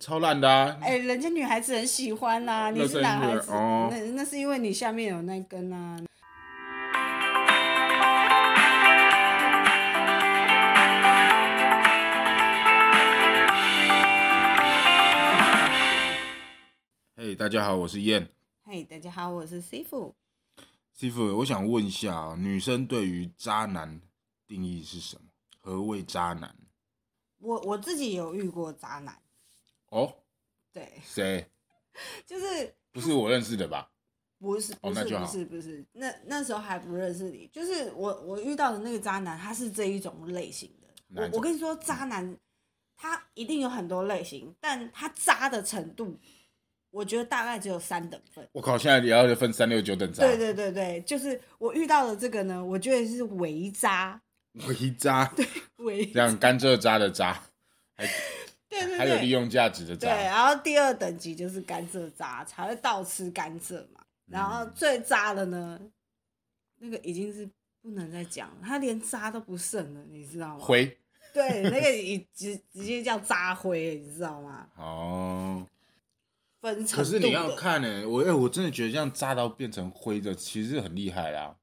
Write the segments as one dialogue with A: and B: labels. A: 超烂的啊！
B: 哎、人家女孩子很喜欢呐、你
A: 那是
B: 是男孩子，
A: 因为哦
B: 那那是因为你下面有那根啊。
A: 嘿、大家好，我是燕
B: 嘿、大家好，我是师傅。
A: 师傅，我想问一下啊，女生对于渣男定义是什么？何谓渣男？
B: 我我自己有遇过渣男，
A: 哦，
B: 对，
A: 谁？
B: 就是
A: 不是我认识的吧？
B: 不是
A: 哦
B: 不
A: 那
B: 是
A: 就
B: 不
A: 好
B: 是不是，那那时候还不认识你，就是我我遇到的那个渣男，他是这一种类型的。
A: 哪一
B: 我
A: 种
B: 我跟你说，渣男他一定有很多类型，但他渣的程度，我觉得大概只有三等份。
A: 我靠，现在也要分三六九等渣，
B: 对对对对，就是我遇到的这个呢，我觉得是伪渣，
A: 伪渣，
B: 伪
A: 这样甘蔗渣的渣，
B: 对对
A: 还有利
B: 对，
A: 用价值的
B: 对，啊
A: 渣。
B: 然后第二等级就是甘蔗渣，才会倒吃甘蔗嘛。然后最渣的呢，那个已经是不能再讲了，他连渣都不剩了，你知道吗？
A: 灰
B: 对，那个已直直接叫渣灰了，你知道吗？
A: 哦，
B: 分程
A: 可是你
B: 度
A: 要
B: 的
A: 看呢、我哎、我真的觉得这样渣到变成灰的，其实很厉害啦。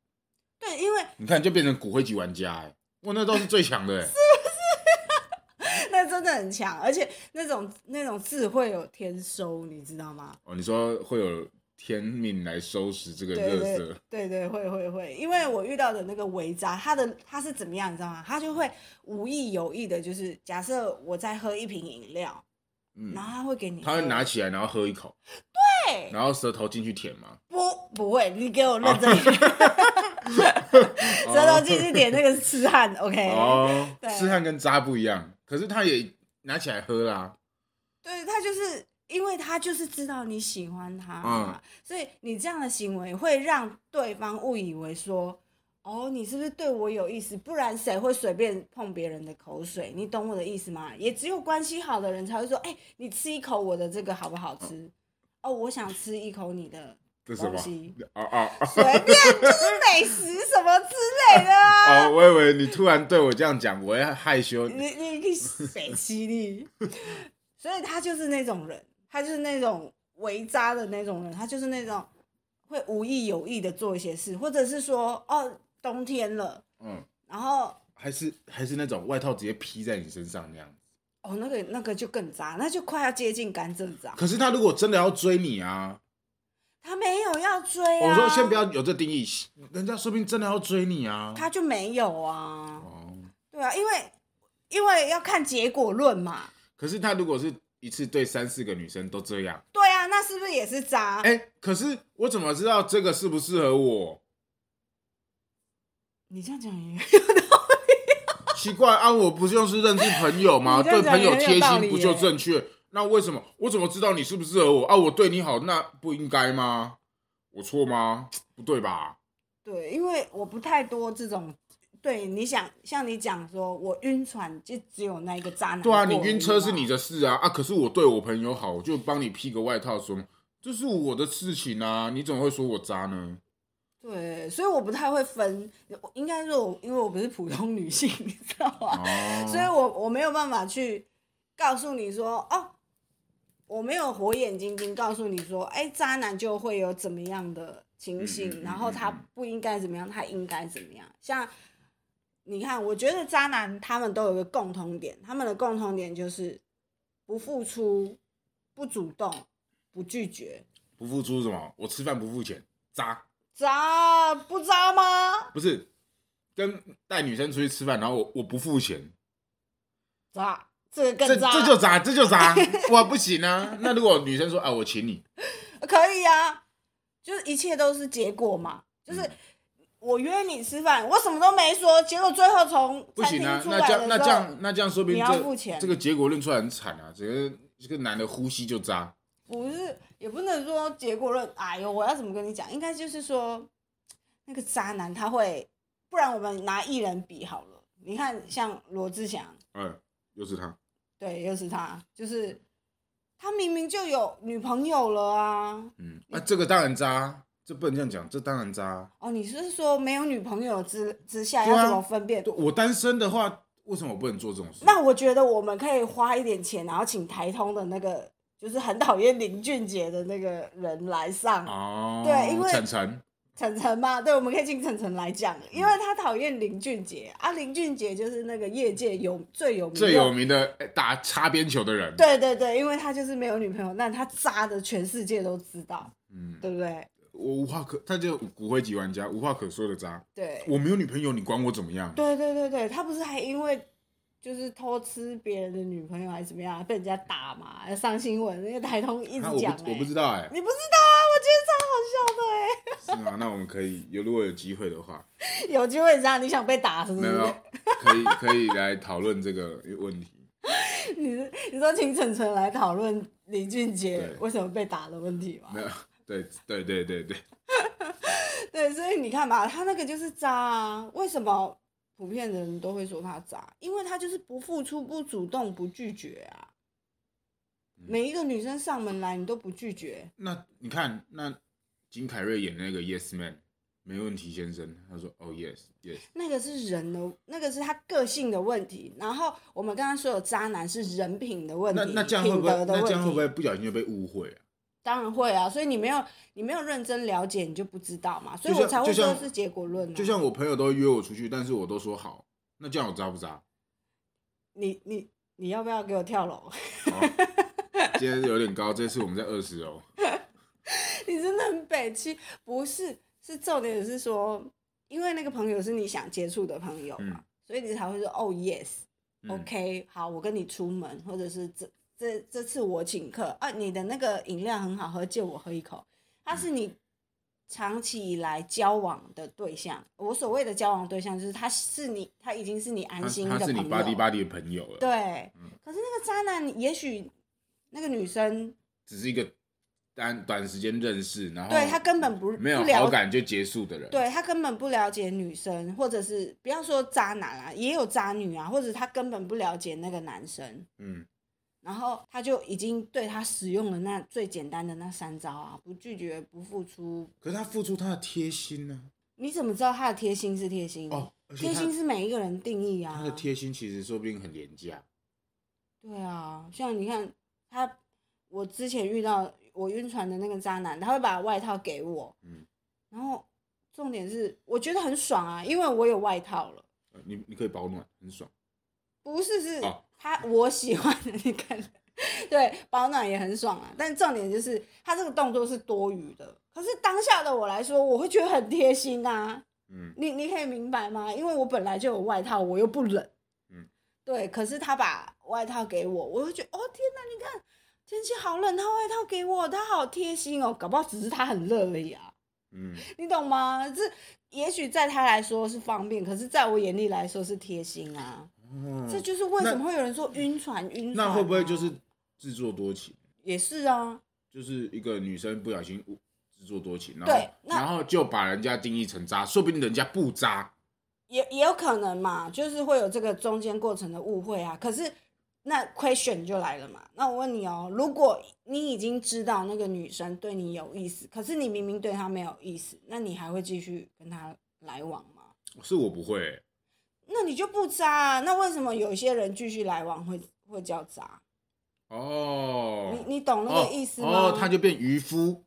B: 对，因为
A: 你看，就变成骨灰级玩家哎、哇，那都是最强的哎、
B: 那真的很强，而且那种那种智慧有天收，你知道吗？
A: 哦，你说会有天命来收拾这个
B: 对
A: 垃
B: 对
A: 圾？
B: 对对，会会会，因为我遇到的那个围渣，他的他是怎么样，你知道吗？他就会无意有意的，就是假设我在喝一瓶饮料，
A: 嗯
B: 然后他会给你喝，
A: 他会拿起来，然后喝一口，
B: 对
A: 然后舌头进去舔嘛。
B: 不不会，你给我认真一 点， 舌头进去点那个是痴汉，OK？、
A: 哦，
B: 对
A: 痴汉跟渣不一样，可是他也拿起来喝啦。
B: 对他就是因为他就是知道你喜欢他嘛，
A: 嗯
B: 所以你这样的行为会让对方误以为说，哦，你是不是对我有意思？不然谁会随便碰别人的口水？你懂我的意思吗？也只有关系好的人才会说，哎、你吃一口我的这个好不好吃？哦，我想吃一口你的
A: 这是什么
B: 东西？
A: 哦哦
B: 随
A: 哦！
B: 便就是美食什么之类的啊。
A: 哦，我以为你突然对我这样讲，我会害羞。
B: 你你你谁犀利？ 所以他就是那种人，他就是那种围渣的那种人，他就是那种会无意有意的做一些事，或者是说哦，冬天了，
A: 嗯，
B: 然后
A: 还是还是那种外套直接披在你身上那样。
B: 哦那个那个就更渣，那就快要接近甘蔗渣。
A: 可是他如果真的要追你啊，
B: 他没有要追啊，
A: 我说先不，要有这定义，人家说不定真的要追你啊。
B: 他就没有啊，
A: 哦，
B: 对啊，因为因为要看结果论嘛，
A: 可是他如果是一次对三四个女生都这样，
B: 对啊，那是不是也是渣？
A: 哎、可是我怎么知道这个适不适合我？
B: 你这样讲也。
A: 奇怪啊，我不就是认识朋友吗？
B: 你这样
A: 对
B: 讲
A: 朋友贴
B: 有道
A: 心
B: 理
A: 不就正确？那为什么我怎么知道你适不适合我啊？我对你好，那不应该吗？我错吗？不对吧？
B: 对，因为我不太多这种。对，你想像你讲说，我晕船就只有那一个渣男
A: 对
B: 过
A: 啊，
B: 而已
A: 你
B: 嘛。
A: 晕车是你的事啊啊！可是我对我朋友好，我就帮你披个外套说，这是我的事情啊，你怎么会说我渣呢？
B: 对，所以我不太会分。我应该说我，因为我不是普通女性， 你知道吗？
A: 哦，
B: 所以我我没有办法去告诉你说，哦，我没有火眼金睛告诉你说，哎，渣男就会有怎么样的情形，
A: 嗯嗯嗯
B: 然后他不应该怎么样，他应该怎么样。像你看，我觉得渣男他们都有一个共同点，他们的共同点就是不付出、不主动、不拒绝。
A: 不付出什么？我吃饭不付钱，渣。
B: 渣不渣吗？
A: 不是跟带女生出去吃饭，然后我我不付钱，
B: 渣，这个
A: 这
B: 更渣，
A: 这就渣，这就渣，哇不行啊！那如果女生说啊我请你，
B: 可以啊，就是一切都是结果嘛，
A: 嗯
B: 就是我约你吃饭，我什么都没说，结果最后从
A: 不
B: 餐
A: 行
B: 厅
A: 啊，
B: 出来
A: 那这样那
B: 的
A: 这
B: 时候，
A: 样那这样说不定
B: 你要付
A: 这
B: 钱
A: 这个结果论出来很惨啊，整个这个男的呼吸就渣，
B: 不是也不能说结果论，哎呦，我要怎么跟你讲？应该就是说，那个渣男他会，不然我们拿艺人比好了，你看像罗志祥，
A: 嗯，又是他，
B: 对，又是他，就是他明明就有女朋友了啊。
A: 嗯，啊这个当然渣啊，这不能这样讲，这当然渣啊。
B: 哦，你是说没有女朋友之之下
A: 对啊
B: 要怎么分辨？
A: 对我单身的话，为什么我不能做这种事？
B: 那我觉得我们可以花一点钱，然后请台通的那个，就是很讨厌林俊杰的那个人来上
A: 哦，
B: 对因为
A: 晨晨，
B: 晨晨嘛。对，我们可以请晨晨来讲，
A: 嗯
B: 因为他讨厌林俊杰啊，林俊杰就是那个业界有最有名的
A: 最有名的哎打擦边球的人，，
B: 对对对，因为他就是没有女朋友，但他渣的全世界都知道，
A: 嗯，
B: 对不对？
A: 我无话可，他就骨灰级玩家，无话可说的渣。
B: 对，
A: 我没有女朋友，你管我怎么样？
B: 对对对对，他不是还因为就是偷吃别人的女朋友还是怎么样，被人家打嘛，要上新闻，那个台通一
A: 啊
B: 直
A: 我
B: 讲、
A: 不
B: 欸，
A: 我不知道哎、
B: 你不知道啊？我觉得超好笑的、欸。
A: 是吗？那我们可以有如果有机会的话，
B: 有机会这 样，你想被打是不
A: 没有没
B: 是？
A: 有可以可以来讨论这个问题。
B: 你是你说请晨晨来讨论林俊杰
A: 对
B: 为什么被打的问题吗
A: 没？有，对对对对对，
B: 对，所以你看吧，他那个就是渣啊。为什么普遍人都会说他渣？因为他就是不付出、不主动、不拒绝啊。
A: 嗯
B: 每一个女生上门来，你都不拒绝，
A: 那你看，那金凯瑞演那个 Yes Man，没问题先生，他说哦 Yes Yes，
B: 那个是人的，那个是他个性的问题。然后我们刚刚说有渣男是人品的问题
A: 那，那这样会不
B: 品德
A: 会？
B: 的
A: 那
B: 问
A: 这样
B: 题
A: 会不会不小心就被误会啊？
B: 当然会啊，所以你没有你没有认真了解，你就不知道嘛，所以
A: 就像
B: 我才会
A: 就
B: 说
A: 像
B: 是结果论、啊。
A: 就像我朋友都约我出去，但是我都说好，那这样我渣不 渣？
B: 你你你要不要给我跳楼？
A: 好今天有点高，这次我们在二十哦楼。
B: 你真的很北七，不是是重点是说，因为那个朋友是你想接触的朋友嘛，所以你才会说哦 yes
A: 嗯
B: OK 好，我跟你出门，或者是这这这次我请客啊，你的那个饮料很好喝，借我喝一口，他
A: 嗯
B: 是你。长期以来交往的对象，我所谓的交往对象就是他是你，他已经是你安
A: 他
B: 心的
A: 他
B: 朋
A: 是
B: 友。
A: 你巴嗯蒂巴蒂的朋友了，
B: 对，可是那个渣男，也许那个女生
A: 只是一个短短时间认识，然后
B: 对他根本不
A: 哦 没有
B: 不了
A: 好感就结束的人，，
B: 对他根本不了解女生，或者是不要说渣男啊，也有渣女啊，或者他根本不了解那个男生，
A: 嗯，
B: 然后他就已经对他使用了那最简单的那三招啊，不拒绝、不付出。
A: 可是他付出他的贴心呢、
B: 你怎么知道他的贴心是贴心？
A: 哦，而且
B: 贴
A: 他
B: 心是每一个人定义啊
A: 他。的贴心其实说不定很廉价，
B: 对啊，像你看他，我之前遇到我晕船的那个渣男，他会把外套给我，
A: 嗯
B: 然后重点是我觉得很爽啊，因为我有外套了。
A: 呃你你可以保暖，很爽。
B: 不是，是
A: 哦
B: 他我喜欢的，你看， 对，保暖也很爽啊。但重点就是他这个动作是多余的，可是当下的我来说，我会觉得很贴心啊。
A: 嗯，
B: 你你可以明白吗？因为我本来就有外套，我又不冷，
A: 嗯，
B: 对。可是他把外套给我，我就觉得哦天哪，你看天气好冷，他外套给我，他好贴心哦。搞不好只是他很热而已啊，
A: 嗯，
B: 你懂吗？这也许在他来说是方便，可是在我眼里来说是贴心啊。
A: 哦，
B: 这就是为
A: 那
B: 什么会有人说晕船晕船啊、
A: 那会不会就是自作多情？
B: 也是啊？
A: 就是一个女生不小心误自作多情，然
B: 对
A: 后
B: 那
A: 然后就把人家定义成渣，说不定人家不渣。
B: 也也有可能嘛，就是会有这个中间过程的误会啊。可是那 question 就来了嘛。那我问你哦，如果你已经知道那个女生对你有意思，可是你明明对她没有意思，那你还会继续跟她来往吗？
A: 是我不会欸、
B: 那你就不渣啊？那为什么有些人继续来往会会叫渣？
A: 哦，
B: 你你懂那个意思吗？
A: 哦，哦他就变渔夫，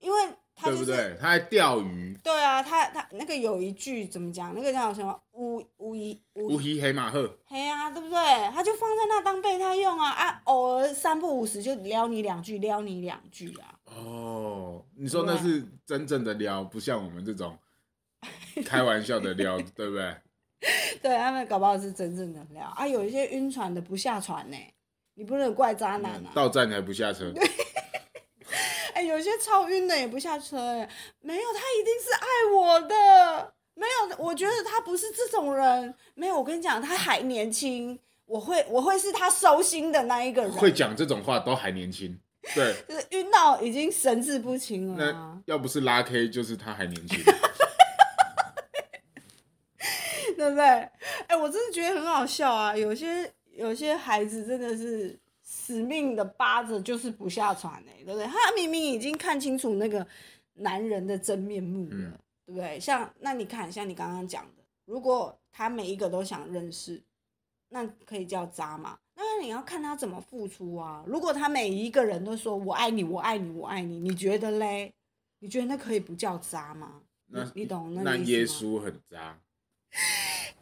B: 因为他
A: 对
B: 就是
A: 不对？他在钓鱼，
B: 对啊，他他那个有一句怎么讲？那个叫什么乌乌一乌
A: 乌黑黑马赫，
B: 嘿啊，对不对？他就放在那当备胎用啊 啊，偶尔三不五时就撩你两句，撩你两句啊。
A: 哦，你说那是真正的撩，不像我们这 种开玩笑的撩，对不对？
B: 对他们搞不好是真正的撩啊，有一些晕船的不下船呢、你不能怪渣男啊。
A: 嗯到站还不下 车，
B: 哎、有些超晕的也不下车哎、没有，他一定是爱我的。没有，我觉得他不是这种人。没有，我跟你讲，他还年轻，我会我会是他收心的那一个人。
A: 会讲这种话都还年轻，对。
B: 就是晕到已经神志不清了、
A: 那
B: 啊。
A: 要不是拉 K，就是他还年 轻。
B: 对不对？哎、我真的觉得很好笑啊！有些有些孩子真的是死命的扒着，就是不下船哎、对不对？他明明已经看清楚那个男人的真面目了，
A: 嗯
B: 对不对？像那你看，像你刚刚讲的，如果他每一个都想认识，那可以叫渣嘛？那你要看他怎么付出啊。如果他每一个人都说我爱你，我爱你，我爱你，你觉得嘞？你觉得那可以不叫渣吗？你
A: 那
B: 你懂那
A: 那
B: 个意思
A: 耶
B: 吗
A: 稣很渣，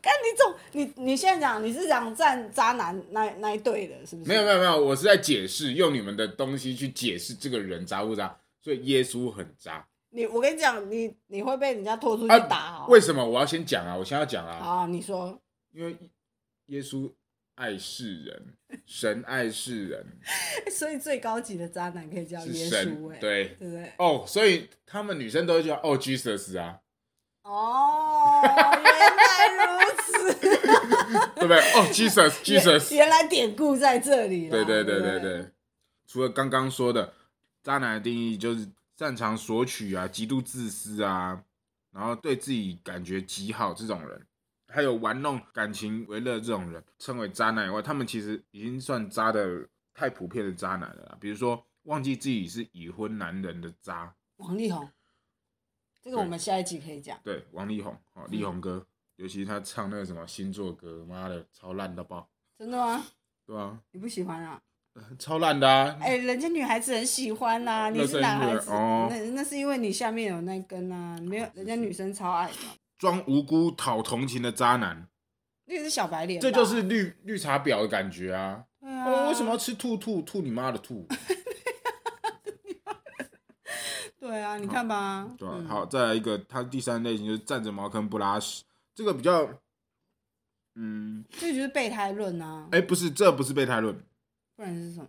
B: 干你总你你现在讲你是想站渣男那那一队的，是不是？
A: 没有没有没有，我是在解释，用你们的东西去解释这个人渣不渣，所以耶稣很渣
B: 你我跟你讲，你你会被人家拖出去打
A: 啊。
B: 哦。
A: 为什么我要先讲啊？我先要讲啊，
B: 好，你说
A: 因为耶稣爱世人，神爱世人
B: 所以最高级的渣男可以叫
A: 是
B: 耶
A: 神
B: 稣、欸，，
A: 对
B: 对不对？
A: 哦，所以他们女生都会叫哦 Jesus 啊，
B: 哦，原来如 此，
A: 对不对？哦 Jesus Jesus，
B: 原来典故在这里啦。
A: 对对对
B: 不
A: 对对，除了刚刚说的，渣男的定义就是擅长索取啊，极度自私啊，然后对自己感觉极好这种人，还有玩弄感情为乐这种人，称为渣男以外，他们其实已经算渣的太普遍的渣男了啦比如说忘记自己是已婚男人的渣，
B: 王力宏，这个我们下一集可以讲。
A: 对，王力宏哦，力宏哥，尤其他唱那个什么星座歌，妈的超烂到爆，
B: 真的吗？
A: 对吧、
B: 你不喜欢啊？
A: 超烂的啊！
B: 哎、人家女孩子很喜欢
A: 那
B: 呐、你是男孩
A: 是
B: 子，
A: 因为哦
B: 那那是因为你下面有那根啊，没有人家女生超爱嘛。
A: 装无辜讨同情的渣男，
B: 那个是小白脸吧，
A: 这就是绿绿茶婊的感觉啊！
B: 对啊、
A: 哦，为什么要吃兔兔？兔你妈的 兔！
B: 对啊，你看吧，
A: 对、啊
B: 嗯，
A: 好，再来一个，他第三类型就是站着茅坑不拉屎，这个比较，嗯，
B: 这就是备胎论啊，
A: 哎，不是，这不是备胎论，
B: 不然是什么？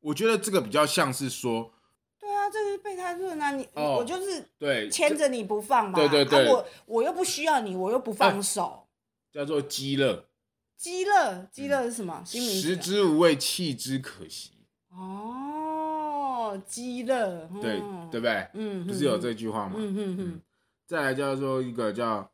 A: 我觉得这个比较像是说，
B: 对啊，这就是备胎论啊，你、
A: 哦
B: 我就是
A: 对，
B: 牵着你不放嘛，
A: 对对对哎
B: 啊、我我又不需要你，我又不放手，
A: 这叫做饥乐，
B: 饥乐，
A: 嗯
B: 饥乐是什么？新名
A: 食
B: 词啊
A: 之无味，弃之可惜，
B: 哦，饥乐，
A: 对
B: 嗯
A: 对不对？
B: 嗯，
A: 不是有
B: 嗯
A: 这句话吗？
B: 嗯嗯嗯
A: 嗯，再来叫做一个叫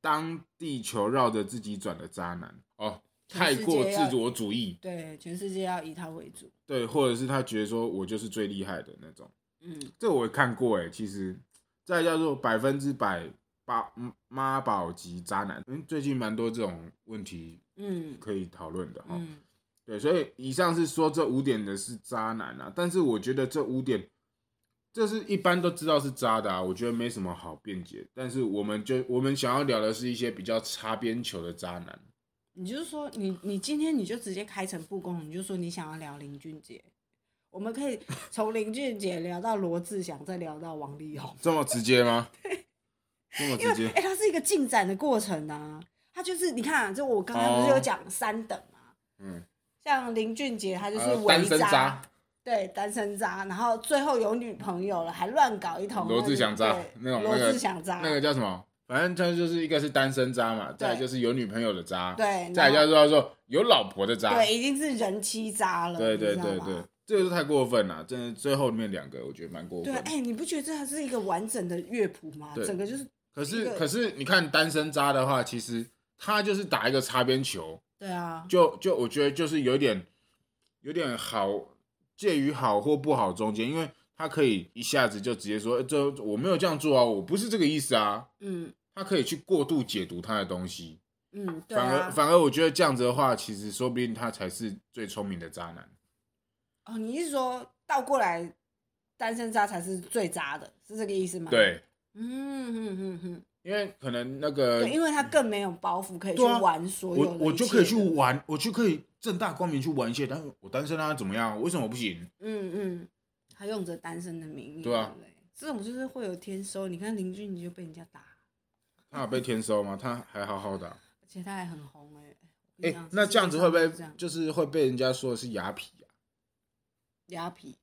A: 当地球绕着自己转的渣男哦，太
B: 全世界
A: 过
B: 要
A: 自我主义。
B: 对，全世界要以他为主，
A: 对，或者是他觉得说我就是最厉害的那种，
B: 嗯，
A: 这我也看过哎、其实，再叫做百分之百爸嗯妈宝级渣男，嗯，最近蛮多这种问题
B: 嗯
A: 可以讨论的哈。
B: 嗯，
A: 对，所以以上是说这五点的是渣男啊，但是我觉得这五点，这是一般都知道是渣的啊，我觉得没什么好辩解。但是我们就我们想要聊的是一些比较擦边球的渣男，
B: 你就是说，你你今天你就直接开诚布公，你就说你想要聊林俊杰，我们 可以从林俊杰聊到罗志祥，再聊到王力宏，
A: 这么直接 吗？这么
B: 因
A: 直
B: 为
A: 接
B: 哎、它是一个进展的过程啊，它就是你看、啊，就我刚刚不是有
A: 哦
B: 讲三等嘛，
A: 嗯，
B: 像林俊杰他就是
A: 呃单
B: 伪
A: 身渣。
B: 对，单身渣，然后最后有女朋友了，还乱搞一通。
A: 罗志祥渣
B: 对
A: 那种
B: 罗
A: 那个
B: 志祥渣，
A: 那个叫什么？反正他就是一个是单身渣嘛，再来
B: 对
A: 就是有女朋友的渣，
B: 对
A: 再来
B: 然
A: 叫做说有老婆的渣，
B: 对，已经是人妻渣了。
A: 对对
B: 你知道
A: 对
B: 吗
A: 对，这个是太过分了，啊真的最后面两个我觉得蛮过
B: 对，
A: 分的。
B: 哎、你不觉得这还是一个完整的乐谱吗？
A: 对
B: 整个就是
A: 可
B: 一
A: 是
B: 个
A: 可是你看单身渣的话，其实他就是打一个擦边球，
B: 对啊，
A: 就就我觉得就是有点有点好，介于好或不好中间，因为他可以一下子就直接说，呃这我没有这样做啊，我不是这个意思啊，
B: 嗯
A: 他可以去过度解读他的东西。
B: 嗯，对
A: 反而
B: 啊。
A: 反而，我觉得这样子的话，其实说不定他才是最聪明的渣男。
B: 哦，你是说倒过来，单身渣才是最渣的，是这个意思吗？，
A: 对，
B: 嗯嗯嗯嗯，
A: 因为可能那个
B: 对，因为他更没有包袱，可以去
A: 呃对啊
B: 玩所有
A: 我
B: 的
A: 我
B: 一
A: 就可以
B: 切
A: 去
B: 的
A: 玩，我就可以正大光明去玩一些，但是我单身啊，怎么样？为什么不行？
B: 嗯嗯，还用着单身的名义，
A: 对啊
B: 不对？这种就是会有天收，你看林俊杰就被人家打，
A: 他有被天收吗？他还好好的啊。
B: 而且他还很红哎、我
A: 哎、
B: 跟你讲
A: 那这样子会不
B: 这
A: 会
B: 样
A: 就是会被人家说是雅痞啊？
B: 雅痞？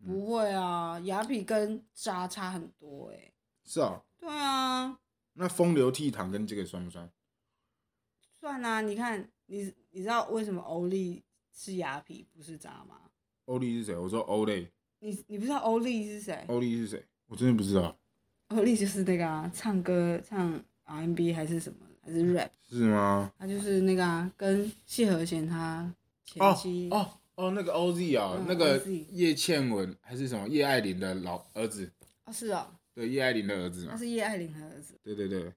A: 嗯
B: 不会啊，雅痞跟渣差很多哎、
A: 是哦，
B: 对啊，
A: 那风流倜傥跟这个算不算？
B: 算啦、你看你你知道为什么欧丽是雅痞不是渣吗？
A: 欧丽是谁？我说欧丽，
B: 你你不知道欧丽是谁？
A: 欧丽是谁？我真的不知道，
B: 欧丽就是那个啊，唱歌唱 R&B 还是什么还是
A: 嗯
B: rap，
A: 是吗？
B: 她就是那个啊，跟谢和弦她前
A: 哦
B: 妻
A: 哦哦，那个 OZ 啊、
B: 嗯
A: 那个
B: OZ
A: 叶倩文还是什么叶爱玲的老儿子，
B: 哦是哦，
A: 对，叶爱玲的儿子
B: 他
A: 嘛，
B: 是叶爱玲的儿子。
A: 嗯对对对。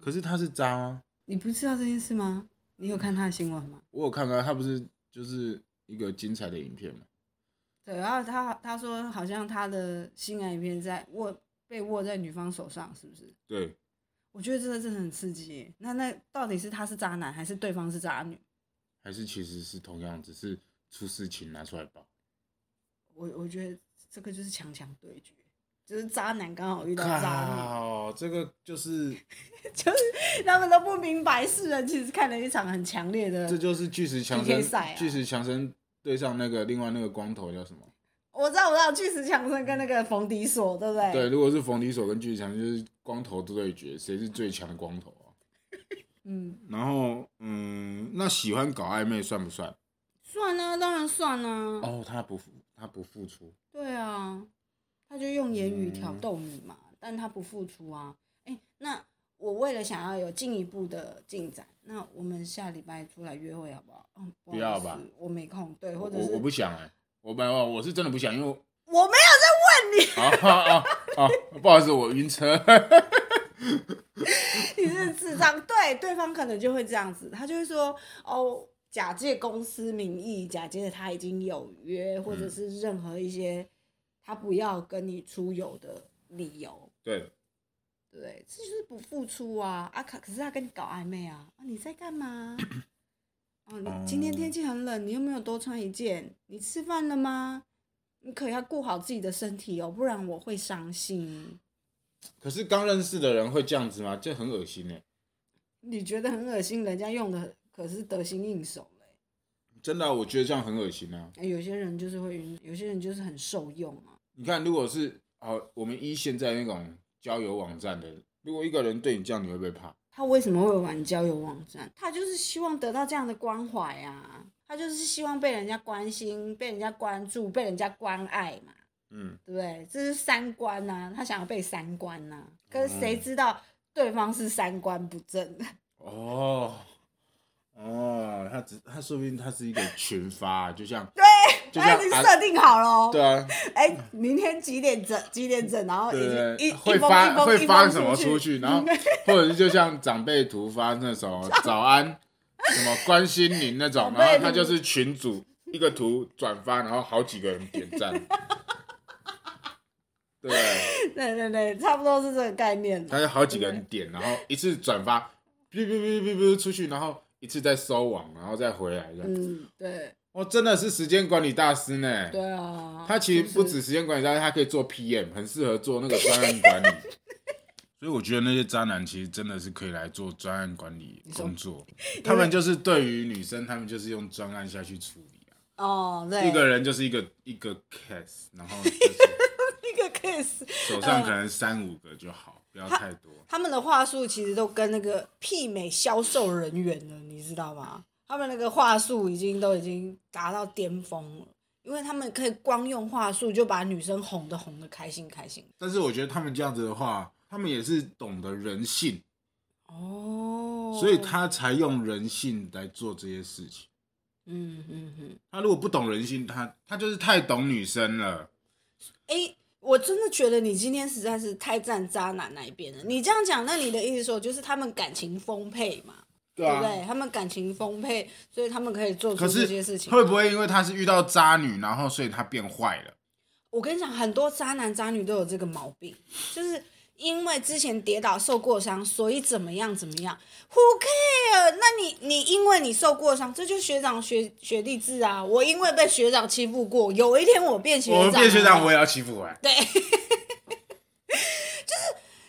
A: 可是他是渣吗？
B: 你不知道这件事吗？你有看他的新闻吗？
A: 我有看到他不是就是一个精彩的影片嘛，
B: 对，然后他他说好像他的性爱影片在握被握在女方手上，是不是？
A: 对，
B: 我觉得这个真的很刺激耶。那那到底是他是渣男还是对方是渣女？
A: 还是其实是同样，只是出事情拿出来爆。
B: 我我觉得这个就是强强对决，就是渣男刚好遇到渣
A: 靠，这个就是
B: 女，就是 他们都不明白世人其实看了一场很强烈
A: 这
B: 的。
A: 就是巨石 强
B: PK
A: 森
B: 赛啊，
A: 巨石强森对上那个另外那个光头叫什么？
B: 我知道，我知道，巨石强森跟那个冯迪索，对不对？
A: 对，如果是冯迪索跟巨石强森，就是光头对决，谁是最强的光头啊？
B: 嗯，
A: 然后，嗯，那喜欢搞暧昧算不算？
B: 算啊，当然算啊。
A: 哦，他不付，他不付出，
B: 对啊，他就用言语挑
A: 嗯
B: 逗你嘛，但他不付出啊。哎、那我为了想要有进一步的进展，那我们下礼拜出来约会好不好？嗯，
A: 不
B: 不好
A: 要
B: 意
A: 吧
B: 思，我没空。对，
A: 我
B: 或者是
A: 我不想哎、我本来我是真的不想，因为
B: 我没有在
A: 啊啊啊啊，不好意思，我晕车。
B: 问 你是智障，对，对方可能就会这样子，他就会说哦。假借公司名义，假借他已经有约，或者
A: 嗯
B: 是任何一些他不要跟你出游的理由，
A: 对，
B: 对不对？这就是不付出啊啊！可可是他跟你搞暧昧啊啊！你在干嘛？哦，你今天
A: 哦
B: 天气很冷，你又没有多穿一件，你吃饭了吗？你可要顾好自己的身体哦，不然我会伤心。
A: 可是刚认识的人会这样子吗？这很恶心哎、
B: 你觉得很恶心，人家用的可是得心应手嘞、
A: 真的啊、我觉得这样很恶心啊。
B: 哎有些人就是会晕，有些人就是很受用啊。
A: 你看，如果是好，我们依现在那种交友网站的，如果一个人对你这样，你会不会怕？
B: 他为什么会玩交友网站？他就是希望得到这样的关怀啊，他就是希望被人家关心、被人家关注、被人家关爱嘛。
A: 嗯，
B: 对不对？这是三观呐、他想要被三观呐、可是
A: 嗯
B: 谁知道对方是三观不正？
A: 哦，哦，他只他说不定他是一个群发，就像
B: 对
A: 就
B: 他
A: 像
B: 已经
A: 阿
B: 设定好了哦。
A: 对啊，
B: 哎、明天几点整？几点整？然后已
A: 对对
B: 经
A: 对，
B: 一一
A: 会
B: 封
A: 发
B: 一封
A: 会
B: 一
A: 发
B: 封
A: 什么出
B: 出
A: 去，然后或者是就像长辈图发那 种早安，什么关心您那种，
B: 长辈
A: 然后他
B: 图
A: 就是群主一个图转发，然后好几个人点 赞，对，
B: 对对对，差不多是这个概念啦
A: 他就好几个人点，然后一次转发，哔哔哔哔哔出去，然后一次再收网，然后再回来这样。
B: 嗯，对
A: 哦，真的是时间管理大师呢。
B: 对啊。
A: 他其实
B: 是
A: 不
B: 是
A: 止时间管理大师，他可以做 PM，很适合做那个专案管理。 所以我觉得那些渣男其实真的是可以来做专案管理工 作，他们就是对于女生，他们就是用专案下去处理啊。
B: 哦，对
A: 一个人就是一个一个 case，然后就是
B: 一个 case，
A: 手上可能三五个就好，不要太多。
B: 他们的话术其实都跟那个媲美销售人员了，你知道吗？他们那个话术已经都已经达到巅峰了，因为他们可以光用话术就把女生哄的哄的开心开心。
A: 但是我觉得他们这样子的话，他们也是懂得人性，
B: 哦，
A: 所以他才用人性来做这些事情。
B: 嗯嗯嗯，
A: 他如果不懂人性，他他就是太懂女生了。
B: 诶，我真的觉得你今天实在是太站渣男那一边了。你这样讲，那你的意思说就是他们感情丰沛嘛，
A: 对啊
B: 对不对？他们感情丰沛，所以他们可以做出
A: 可
B: 这
A: 是
B: 些事情。
A: 会不会因为他是遇到渣女，然后所以他变坏了？
B: 我跟你讲，很多渣男渣女都有这个毛病，就是因为之前跌倒受过伤，所以怎么样怎么样。Who care？那你你因为你受过伤，这就是学长学学弟制啊。我因为被学长欺负过，有一天我变学长，啊
A: 我变学长，我也要欺负回来。
B: 对，就是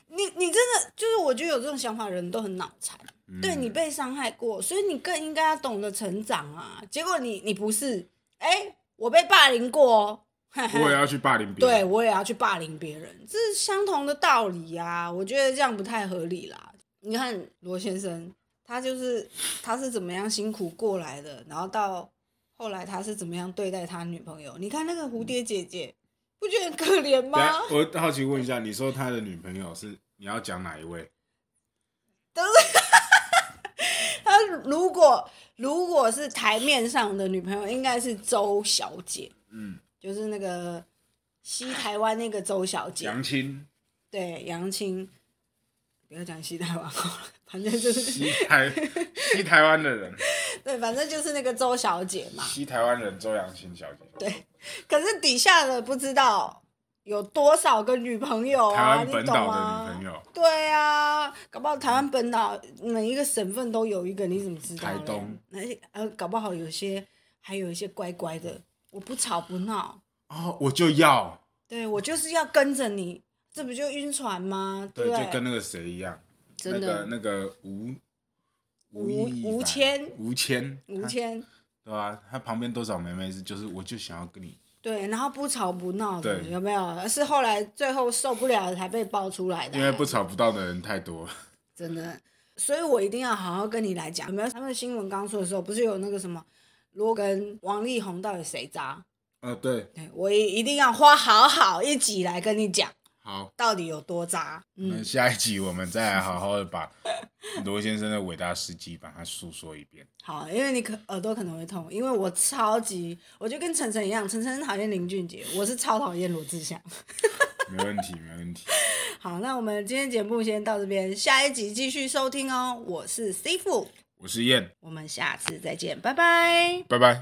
B: 你你真的就是，我觉得有这种想法的人都很脑残。
A: 嗯
B: 对你被伤害过，所以你更应该要懂得成长啊。结果你你不是，哎、我被霸凌过哦。
A: 我也要去霸凌别
B: 对
A: 人。
B: 我也要去霸凌别人，这是相同的道理啊。我觉得这样不太合理啦。你看罗先生，他就是他是怎么样辛苦过来的，然后到后来他是怎么样对待他女朋友。你看那个蝴蝶姐姐，不觉得很可怜
A: 等
B: 吗
A: 下？我好奇问一下，你说他的女朋友是你要讲哪一位？
B: 他如果如果是台面上的女朋友，应该是周小姐，
A: 嗯，
B: 就是那个西台湾那个周小姐，
A: 杨青。
B: 对，杨青。不要讲西台湾好了，反正就是
A: 西台西台湾的人，
B: 对，反正就是那个周小姐嘛。
A: 西台湾人周扬青小姐，
B: 可是底下的不知道有多少个女朋友
A: 台
B: 啊，
A: 湾
B: 你
A: 本
B: 懂
A: 岛的
B: 吗？
A: 女朋友，
B: 对啊，搞不好台湾本岛每一个省份都有一个，你怎么知道嘞？
A: 台东
B: 而且呃，搞不好有些还有一些乖乖的，我不吵不闹，
A: 哦，我就要，
B: 对我就是要跟着你，这不就晕船吗？
A: 对，
B: 不对？
A: 就跟那个谁一样，那
B: 真
A: 个
B: 的、
A: 那个吴
B: 吴
A: 亦
B: 吴
A: 凡
B: 谦
A: 吴谦，
B: 吴
A: 他
B: 谦，
A: 对啊，他旁边多少妹妹是，就是我就想要跟你，
B: 对，然后不吵不闹的，
A: 对
B: 有没有？是后来最后受不了才被爆出来的，
A: 因为不吵不到的人太多了，
B: 真的，所以我一定要好好跟你来讲。有没有？他们新闻刚说的时候，不是有那个什么罗跟王力宏到底谁渣？
A: 呃，对，
B: 对我一一定要花好好一集来跟你讲，
A: 好，
B: 到底有多渣。
A: 那
B: 嗯，
A: 下一集我们再来好好的把罗先生的伟大事迹把它诉说一遍，
B: 好，因为你可耳朵可能会痛，因为我超级，我就跟晨晨一样，晨晨很讨厌林俊杰，我是超讨厌罗志祥。
A: 没问题，没问题，
B: 好，那我们今天节目先到这边，下一集继续收听哦。我是 C 傅，
A: 我是燕，
B: 我们下次再见，拜拜。
A: 拜拜。